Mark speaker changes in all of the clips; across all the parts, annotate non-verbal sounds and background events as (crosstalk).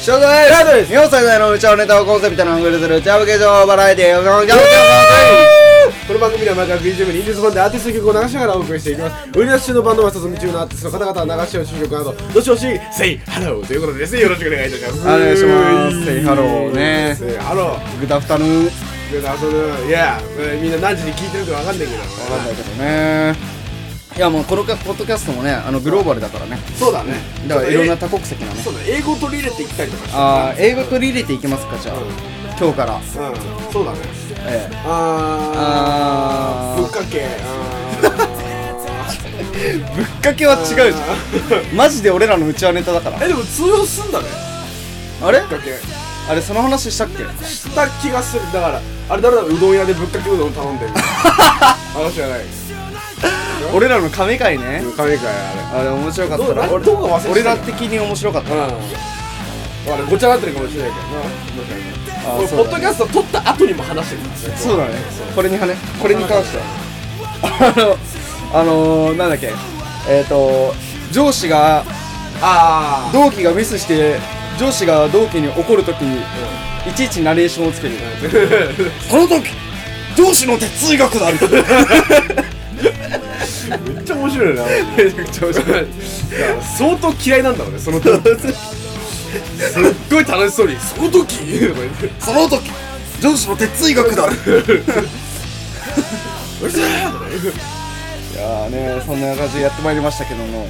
Speaker 1: 翔太です
Speaker 2: ラードです
Speaker 1: 日本最大のうちわネタをコンセプトにお送りするうちわ向け上バラエティーを
Speaker 2: この番組では毎回 BGM にインディス版でアーティスト曲を流しながらお送りしていきます売り出し中のバンドマスターズ夢中のアーティストの方々は流しを新曲などどしどし Say Hello ということでですねよろしくお願いいたします
Speaker 1: お願いします Say hello ね
Speaker 2: Say Hello
Speaker 1: グッドアフタヌーンわ
Speaker 2: であそのいやみんな何時に聞いてるかわかんないけど
Speaker 1: かんないけどねいやもうこのかポッドキャストもねあのグローバルだからね
Speaker 2: そうだね
Speaker 1: だからいろんな多国籍なね
Speaker 2: そうだね英語取り入れていったりとかして
Speaker 1: あー英語取り入れていきますかじゃあ
Speaker 2: うん
Speaker 1: 今日から
Speaker 2: うんそうだね
Speaker 1: ええ
Speaker 2: ああ
Speaker 1: あ
Speaker 2: ぶっかけ
Speaker 1: ーぶっかけは (laughs) 違うじゃ
Speaker 2: ゃ
Speaker 1: んマジで俺らのうちわネタだから
Speaker 2: (laughs) えでも通用すんだね
Speaker 1: あれ
Speaker 2: ぶっかけ
Speaker 1: あれその話したっけ
Speaker 2: した気がするだからあれ誰だろううどん屋でぶっかけうどん頼ん (laughs) でる話じゃない
Speaker 1: 俺らの神回ね
Speaker 2: 神かいあれ
Speaker 1: あれ面白かった
Speaker 2: どう
Speaker 1: な
Speaker 2: どう
Speaker 1: 俺
Speaker 2: どうか忘れてた
Speaker 1: 俺ら的に面白かった
Speaker 2: うんあれごちゃなってるかもしれないけどな
Speaker 1: あ
Speaker 2: これ
Speaker 1: そ
Speaker 2: ポ
Speaker 1: うだ
Speaker 2: ッド
Speaker 1: ね
Speaker 2: キャスト撮った後にも話してるんですね
Speaker 1: そうだねこれにはねこれに関してはあのあのー、なんだっけえっ、ー、と上司が
Speaker 2: ああ
Speaker 1: 同期がミスして上司が同期に怒るときにいちいちナレーションをつけるこの時上司の哲学だみたいな
Speaker 2: めっちゃ面白いな
Speaker 1: めちゃくちゃ面白い
Speaker 2: 相当嫌いなんだろうねその時すっごい楽しそうに「その (laughs) 時!」とか言って
Speaker 1: その時上司の哲学だ (laughs) い
Speaker 2: 「うるせえ!」とか言って
Speaker 1: やーねそんな感じでやってまいりましたけども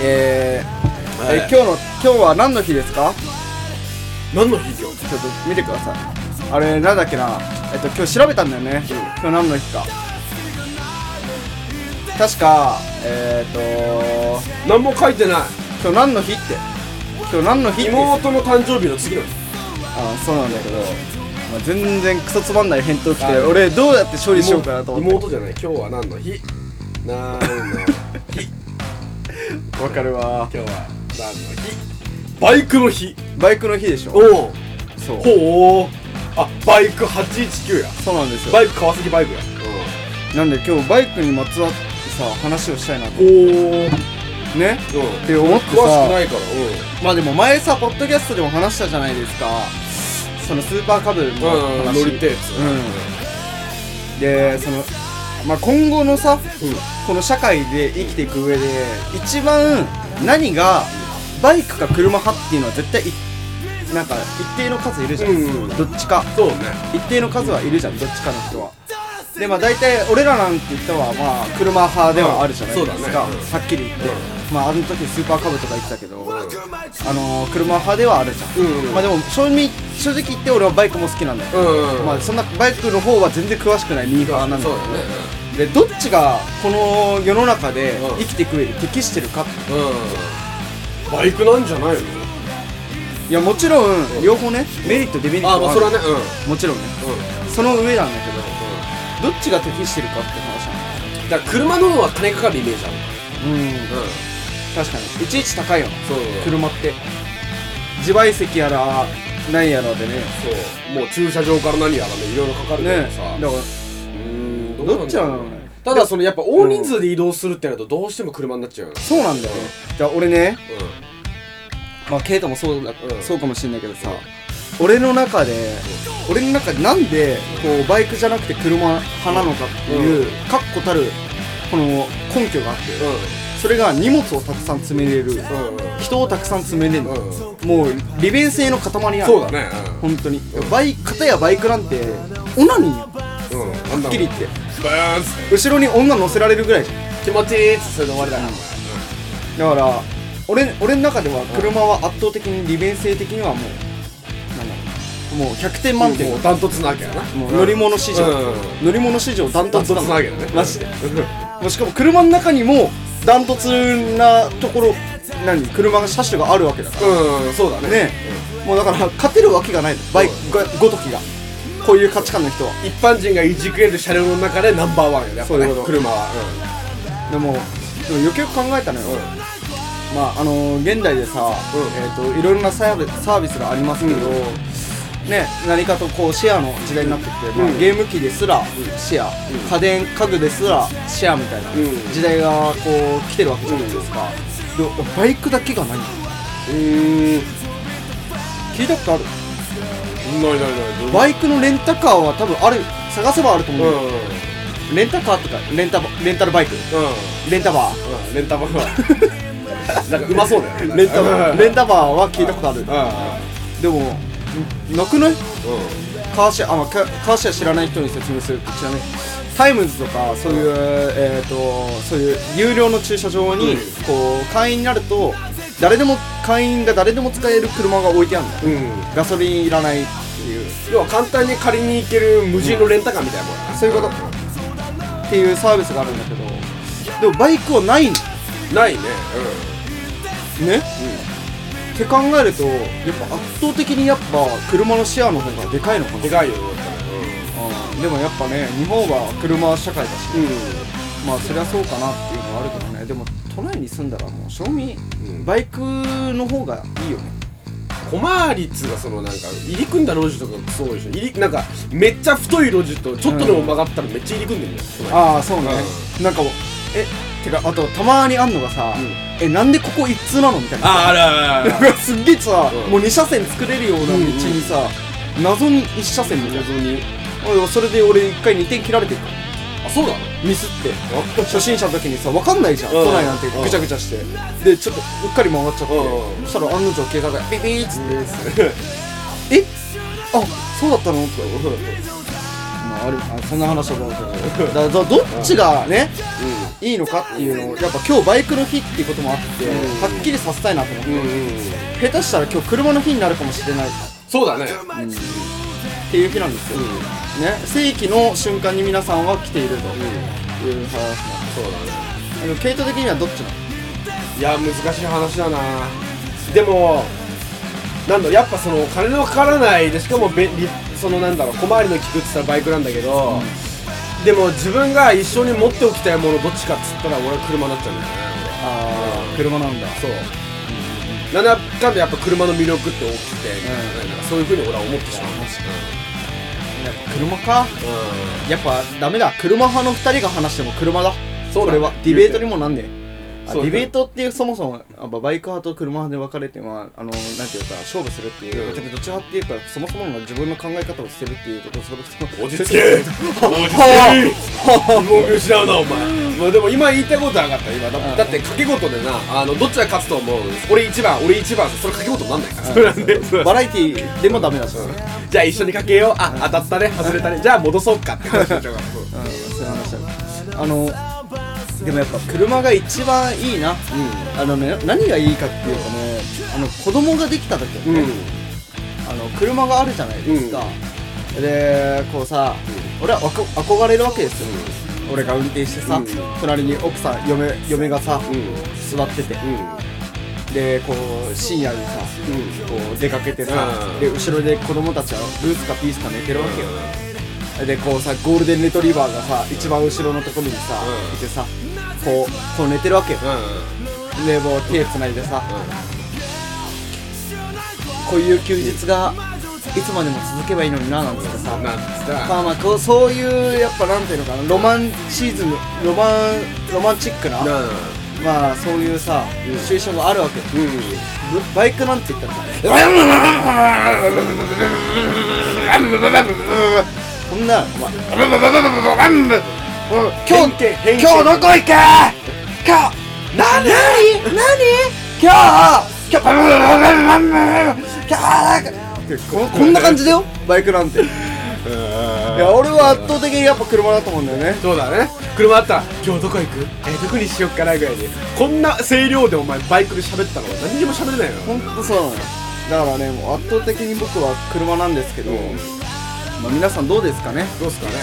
Speaker 1: えー
Speaker 2: はい
Speaker 1: え今日の今日は何の日ですか
Speaker 2: 何の日今
Speaker 1: ちょっと見てくださいあれなんだっけなえっと今日調べたんだよね、今日何の日か確かえっ、と
Speaker 2: 日何も書いてない
Speaker 1: 今日何の日って今日何の日って
Speaker 2: 妹の誕生日の次の日
Speaker 1: あそうなんだけど、まあ、全然クソつまんない返答来て俺どうやって処理しようかなと思っ
Speaker 2: 妹じゃない今日は何の日何の日
Speaker 1: てわかるわ
Speaker 2: 今日は何の日バイクの日
Speaker 1: バイクの日でしょ
Speaker 2: おお
Speaker 1: そう
Speaker 2: ほうあバイク819や
Speaker 1: そうなんですよ
Speaker 2: バイク川崎バイクや
Speaker 1: なんで今日バイクにまつわってさ話をしたいなと
Speaker 2: おおうん
Speaker 1: ねって思ってさ
Speaker 2: 詳しくないから
Speaker 1: まあでも前さポッドキャストでも話したじゃないですかそのスーパーカブの
Speaker 2: うん
Speaker 1: 話
Speaker 2: 乗りてえやつ
Speaker 1: うんでそのまあ今後のさ、この社会で生きていく上で一番何がバイクか車派っていうのは絶対いなんか一定の数いるじゃん、
Speaker 2: うん
Speaker 1: どっちか
Speaker 2: そうね
Speaker 1: 一定の数はいるじゃんどっちかの人はでまあ大体俺らなんて人はまあ車派ではあるじゃないですか、
Speaker 2: うんそうだねうん
Speaker 1: はっきり言って、まああの時スーパーカブとか言ってたけど、あのー、車派ではあるじゃん、
Speaker 2: うん
Speaker 1: まあでも正味正直言って俺はバイクも好きなんだよ、
Speaker 2: うん
Speaker 1: まあそんなバイクの方は全然詳しくないミーハーなんだけ
Speaker 2: そ
Speaker 1: ど
Speaker 2: うだね
Speaker 1: でどっちがこの世の中で
Speaker 2: うん
Speaker 1: 生きていく上で適してるかって
Speaker 2: うんバイクなんじゃないの
Speaker 1: いやもちろん両方ねメリットデメリット
Speaker 2: あまあそれは
Speaker 1: る
Speaker 2: ねうん
Speaker 1: もちろんね
Speaker 2: う
Speaker 1: その上なんだけどどっちが適してるかって話なんだよ
Speaker 2: んだから車の方は金かかるイメージある
Speaker 1: うん
Speaker 2: うん
Speaker 1: 確かにいちいち高いよな
Speaker 2: そう
Speaker 1: 車って自賠責やらなんやらでね
Speaker 2: そうもう駐車場から何やらねいろいろかかるけ
Speaker 1: ね
Speaker 2: どさ
Speaker 1: だか
Speaker 2: うーん
Speaker 1: らどっちな
Speaker 2: な
Speaker 1: の
Speaker 2: のただそのやっぱ大人数で移動するってなるとどうしても車になっちゃうよね
Speaker 1: そうなんだよじゃあ俺ね
Speaker 2: う
Speaker 1: まあケイトもそうだ、
Speaker 2: うん
Speaker 1: そうかもしれないけどさ俺の中で俺の中でなんでこうバイクじゃなくて車派なのかっていう確固たるこの根拠があってそれが荷物をたくさん詰めれる
Speaker 2: んうんうん
Speaker 1: 人をたくさん詰めれる
Speaker 2: うん
Speaker 1: もう利便性の塊なの
Speaker 2: そうだね
Speaker 1: 本当にバイク片やバイクなんてオナニーやんは
Speaker 2: うんうん
Speaker 1: っきり言って
Speaker 2: バーンっつっ
Speaker 1: 後ろに女乗せられるぐらいじゃん
Speaker 2: て気持ちいいっつってそれで終わりだ
Speaker 1: だか
Speaker 2: な
Speaker 1: ら俺俺の中では車は圧倒的に利便性的にはもうなんだろうもう100点満点
Speaker 2: もうダントツなわけやな
Speaker 1: もう乗り物市場
Speaker 2: うん
Speaker 1: 乗り物市場ダン
Speaker 2: ダ
Speaker 1: ト
Speaker 2: ン
Speaker 1: ツ
Speaker 2: ト
Speaker 1: だ
Speaker 2: ツなわけだね
Speaker 1: マジでもうしかも車の中にもダントツなところ何車が車種があるわけだか
Speaker 2: うんそうだ
Speaker 1: ら
Speaker 2: ね
Speaker 1: ねもうだから勝てるわけがないのバイクがごときがこういう価値観の人は
Speaker 2: 一般人がいじくれる車両の中でナンバーワンよねやっ
Speaker 1: そ
Speaker 2: ぱ
Speaker 1: ういう
Speaker 2: ね
Speaker 1: こと
Speaker 2: 車は
Speaker 1: でもでもよくよく考えたのよ、まああの現代でさ、
Speaker 2: うん
Speaker 1: えー、といろいろなサービサービスがありますけど、ね、何かとこうシェアの時代になってきて、まあ
Speaker 2: うん
Speaker 1: ゲーム機ですらシェア、家電家具ですらシェアみたいな
Speaker 2: うん
Speaker 1: 時代がこう来てるわけじゃないですか、でバイクだけがない
Speaker 2: うんうーん
Speaker 1: 聞いたことある
Speaker 2: ないないない
Speaker 1: バイクのレンタカーは多分ある探せばあると
Speaker 2: うん
Speaker 1: 思
Speaker 2: う
Speaker 1: う、
Speaker 2: んうん
Speaker 1: レンタカーとかレンタバレンタルバイクレンタバー
Speaker 2: うんレンタバーなんかうまそうだよね
Speaker 1: レンタバ
Speaker 2: う
Speaker 1: ー
Speaker 2: ん
Speaker 1: レンタバーは聞いたことある
Speaker 2: う
Speaker 1: でもなくない
Speaker 2: んうん
Speaker 1: カーシェアあ、まあ、カカーシェア知らない人に説明するとちなみにタイムズとかそういう、えー、とそういう有料の駐車場に、
Speaker 2: うん
Speaker 1: こう会員になると誰でも会員が誰でも使える車が置いてあるんだよ
Speaker 2: うん
Speaker 1: ガソリンいらないっていう
Speaker 2: 要は簡単に借りに行ける無人のレンタカーみたいなもんやな
Speaker 1: そういうことっていうサービスがあるんだけどでもバイクはないんだ
Speaker 2: ないね
Speaker 1: ね、って考えるとやっぱ圧倒的にやっぱ車のシェアの方がでかいのか
Speaker 2: うん
Speaker 1: な
Speaker 2: でかいよね
Speaker 1: うんでもやっぱね日本は車社会だし
Speaker 2: うん
Speaker 1: まあそりゃそうかなっていうのはあるけどねでも都内に住んだらもう正味
Speaker 2: うん
Speaker 1: バイクの方がいいよね
Speaker 2: 小回りっつうかそのなんか入り組んだ路地とかそうでしょ入りなんかめっちゃ太い路地とちょっとでも曲がったらめっちゃ入り組んでるんだよ隣
Speaker 1: ああそうね、なんかえてかあとたまにあんのがさ、
Speaker 2: う
Speaker 1: えなんでここ一通なのみたいな
Speaker 2: あああるあるあるある
Speaker 1: すっげえさ、
Speaker 2: うん
Speaker 1: もう2車線作れるような道にさ、謎に1車線みたいな
Speaker 2: 謎に
Speaker 1: 俺それで俺1回2点切られてるから
Speaker 2: あそうなの
Speaker 1: ミスって初心者の時にさ分かんないじゃん
Speaker 2: うん
Speaker 1: 都内なんて
Speaker 2: うん
Speaker 1: ぐちゃぐちゃしてでちょっとうっかり曲がっちゃって
Speaker 2: うん
Speaker 1: そしたら案の定警察がピピーっつって「えあそうだったの?」とかまああるあそんな話はどうけどだからどどっちがねいいのかっていうのをやっぱ今日バイクの日っていうこともあって
Speaker 2: うん
Speaker 1: はっきりさせたいなと思って
Speaker 2: うんうんうん
Speaker 1: 下手したら今日車の日になるかもしれないっ
Speaker 2: そうだね
Speaker 1: ていう日なんですよ
Speaker 2: うん
Speaker 1: ね正規の瞬間に皆さんは来ているという話なんです
Speaker 2: そうだね
Speaker 1: あの毛糸的にはどっちなの
Speaker 2: いや難しい話だなでもなんだやっぱその金のかからないでしかもべりそのなんだろう小回りの利くって言ったらバイクなんだけど、でも自分が一緒に持っておきたいものどっちかっつったら俺は車になっちゃうんだよね
Speaker 1: ああ車なんだ
Speaker 2: そう、なんだかんだやっぱ車の魅力って大きくて、
Speaker 1: ん
Speaker 2: なんかそういうふうに俺は思ってしまう
Speaker 1: 車か
Speaker 2: う
Speaker 1: やっぱダメだ車派の2人が話しても車だ
Speaker 2: そう
Speaker 1: こ
Speaker 2: だ
Speaker 1: れ
Speaker 2: ね
Speaker 1: はディベートにもなんねえあデ
Speaker 2: そうだね
Speaker 1: ィベートっていうそもそもやっぱバイク派と車派で分かれてまああのなんていうか勝負するっていう、
Speaker 2: うん
Speaker 1: だけどどっち派っていうかそもそもの自分の考え方を捨てるっていうことをそれこそ
Speaker 2: 落ち着け (laughs) 落ち着
Speaker 1: (laughs)
Speaker 2: け疑問を失うなお前まあでも今言いたいことは分かった今だだって掛け事でなあのどっちが勝つと思う俺一番俺一番それ掛け事になんないからそれなんで (laughs) そう
Speaker 1: バラエティーでもダメだし、うん、
Speaker 2: じゃあ一緒に掛けようあ当たったね外れたねじゃあ戻そうかって話でしょうからそう
Speaker 1: そういう話だあのでもやっぱ車が一番いいなあのね何がいいかっていうとねあの子供ができた時は
Speaker 2: うん
Speaker 1: ね、あの車があるじゃないですか、でこうさ、俺はわこ憧れるわけですよ、俺が運転してさ、
Speaker 2: うん
Speaker 1: 隣に奥さん嫁嫁がさ、
Speaker 2: うん
Speaker 1: 座ってて
Speaker 2: うん
Speaker 1: でこう深夜にさ、こう出かけてさ、
Speaker 2: うん
Speaker 1: で後ろで子供たちはルースかピースか寝てるわけよ、でこうさゴールデンレトリバーがさ一番後ろのところにさ、
Speaker 2: うん
Speaker 1: いてさこうこう寝てるわけよ、でもう手つないでさ、こういう休日がいつまでも続けばいいのにななんつってさ、
Speaker 2: うん
Speaker 1: ま
Speaker 2: なんつったら
Speaker 1: あまあこうそういうやっぱなんていうのかなロマンシーズムロマンロマンチックな
Speaker 2: な
Speaker 1: まあそういうさシチュエーションがあるわけよ
Speaker 2: うん
Speaker 1: ぶバイクなんて言ったらさこんな、まあ、
Speaker 2: 今日って
Speaker 1: 今
Speaker 2: 今
Speaker 1: 日どこ行け今日なになに今日今日今日ここんな感じだよバイクなんていや俺は圧倒的にやっぱ車だと思うんだよね
Speaker 2: そうだね車あったら今日どこ行くえどこにしよっかなぐらいでこんな声量でお前バイクで喋ったの何にも喋れない
Speaker 1: ほんとそうなのよだからねもう圧倒的に僕は車なんですけど、
Speaker 2: うん
Speaker 1: まあ、皆さんどうですかね
Speaker 2: どうすかね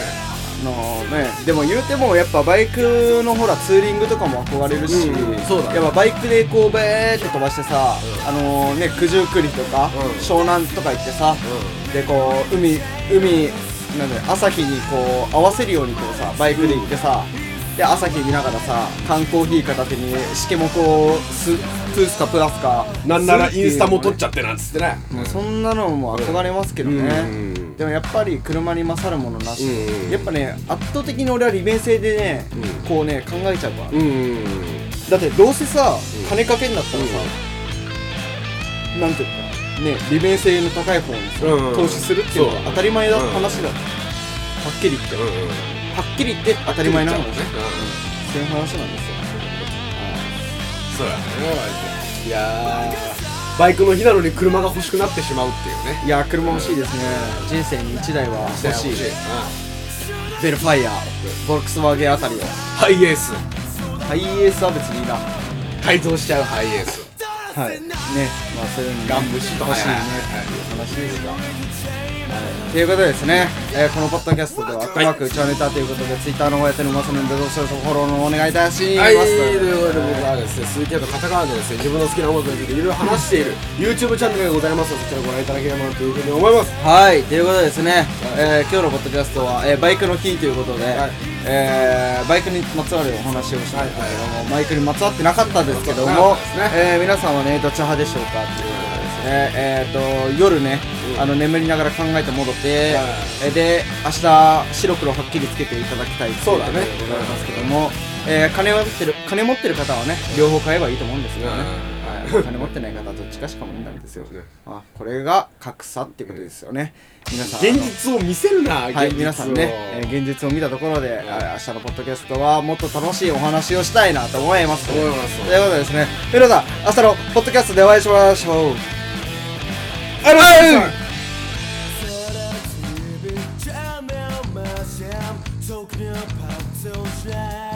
Speaker 1: あのねでも言うてもやっぱバイクのほらツーリングとかも憧れるし、
Speaker 2: うんそうだね
Speaker 1: やっぱバイクでこうベーって飛ばしてさ、あのね九十九里とか、
Speaker 2: うん
Speaker 1: 湘南とか行ってさ、
Speaker 2: う
Speaker 1: でこう海海なんだよ朝日にこう合わせるようにこうさバイクで行ってさ、で朝日見ながらさ缶コーヒー片手にしけもこをストゥースかプラスか
Speaker 2: なんならインスタも撮っ
Speaker 1: ゃ
Speaker 2: ちゃってなんつってね
Speaker 1: もうそんなのも憧れますけどね、
Speaker 2: うん
Speaker 1: でもやっぱり車に勝るものなし、
Speaker 2: うん
Speaker 1: やっぱね圧倒的に俺は利便性でね、
Speaker 2: う
Speaker 1: こうね考えちゃうわ、
Speaker 2: うん
Speaker 1: だってどうせさ
Speaker 2: ん
Speaker 1: 金かけんだったらさ、なんていうのかなね利便性の高い方にさ、
Speaker 2: うんうん
Speaker 1: 投資するっていうのは
Speaker 2: そう
Speaker 1: 当たり前だ、
Speaker 2: うん
Speaker 1: 話だはっきり言って、はっきり言って当たり前なのね、そういう話なんですよ
Speaker 3: そうやね
Speaker 2: いやーバイクの日なのに車が欲しくなってしまうっていうね
Speaker 1: いやー車欲しいですね人生に1台は欲しいベルファイアボルクスワーゲンあたりを
Speaker 2: ハイエース
Speaker 1: ハイエースは別にいいなは
Speaker 2: 改造しちゃうハイエー
Speaker 1: い
Speaker 2: ス
Speaker 1: ねまあそういうのね
Speaker 2: ガンブシと
Speaker 1: 欲しいね話ですがということでですね、えーこのポッドキャストでは、マークチャンネタということで、ツイッターの方やっておりますので、どうぞフォローの方お願いいたします。
Speaker 2: はい、ということで僕はですね、鈴木屋と片川でですね、自分の好きな音楽についていろいろ話している YouTube チャンネルがございますので、そちらをご覧いただければなというふうに思います。
Speaker 1: はい、ということでですね、えー今日のポッドキャストは、えーバイクの日ということで、
Speaker 2: はい
Speaker 1: えーバイクにまつわるお話をしたんですけども、バイクにまつわってなかったんですけど
Speaker 2: まつ
Speaker 1: も
Speaker 2: わってな、かったです
Speaker 1: えー皆さんはね、どっち派でしょうかっていうことですね、えー、と夜ね、あの眠りながら考えて戻って、
Speaker 2: はい
Speaker 1: えーで、明日白黒はっきりつけていただきたい
Speaker 2: そうだね
Speaker 1: ということでございますけども、えー金を持ってる金持ってる方はね、両方買えばいいと思うんですけどね、
Speaker 2: うん
Speaker 1: はい、金持ってない方はどっちかしかもいないんですよ。あこれが格差っていうことですよね、皆さん
Speaker 2: 現実を見せるな、
Speaker 1: あのはい
Speaker 2: 現実を
Speaker 1: 皆さんね、えー現実を見たところで、
Speaker 2: ん
Speaker 1: あ明日のポッドキャストはもっと楽しいお話をしたいなと思います
Speaker 2: 思います
Speaker 1: ということでですね皆さん明日のポッドキャストでお会いしましょう
Speaker 2: あら
Speaker 1: はい
Speaker 4: Tell me how much I'm talking about those lies.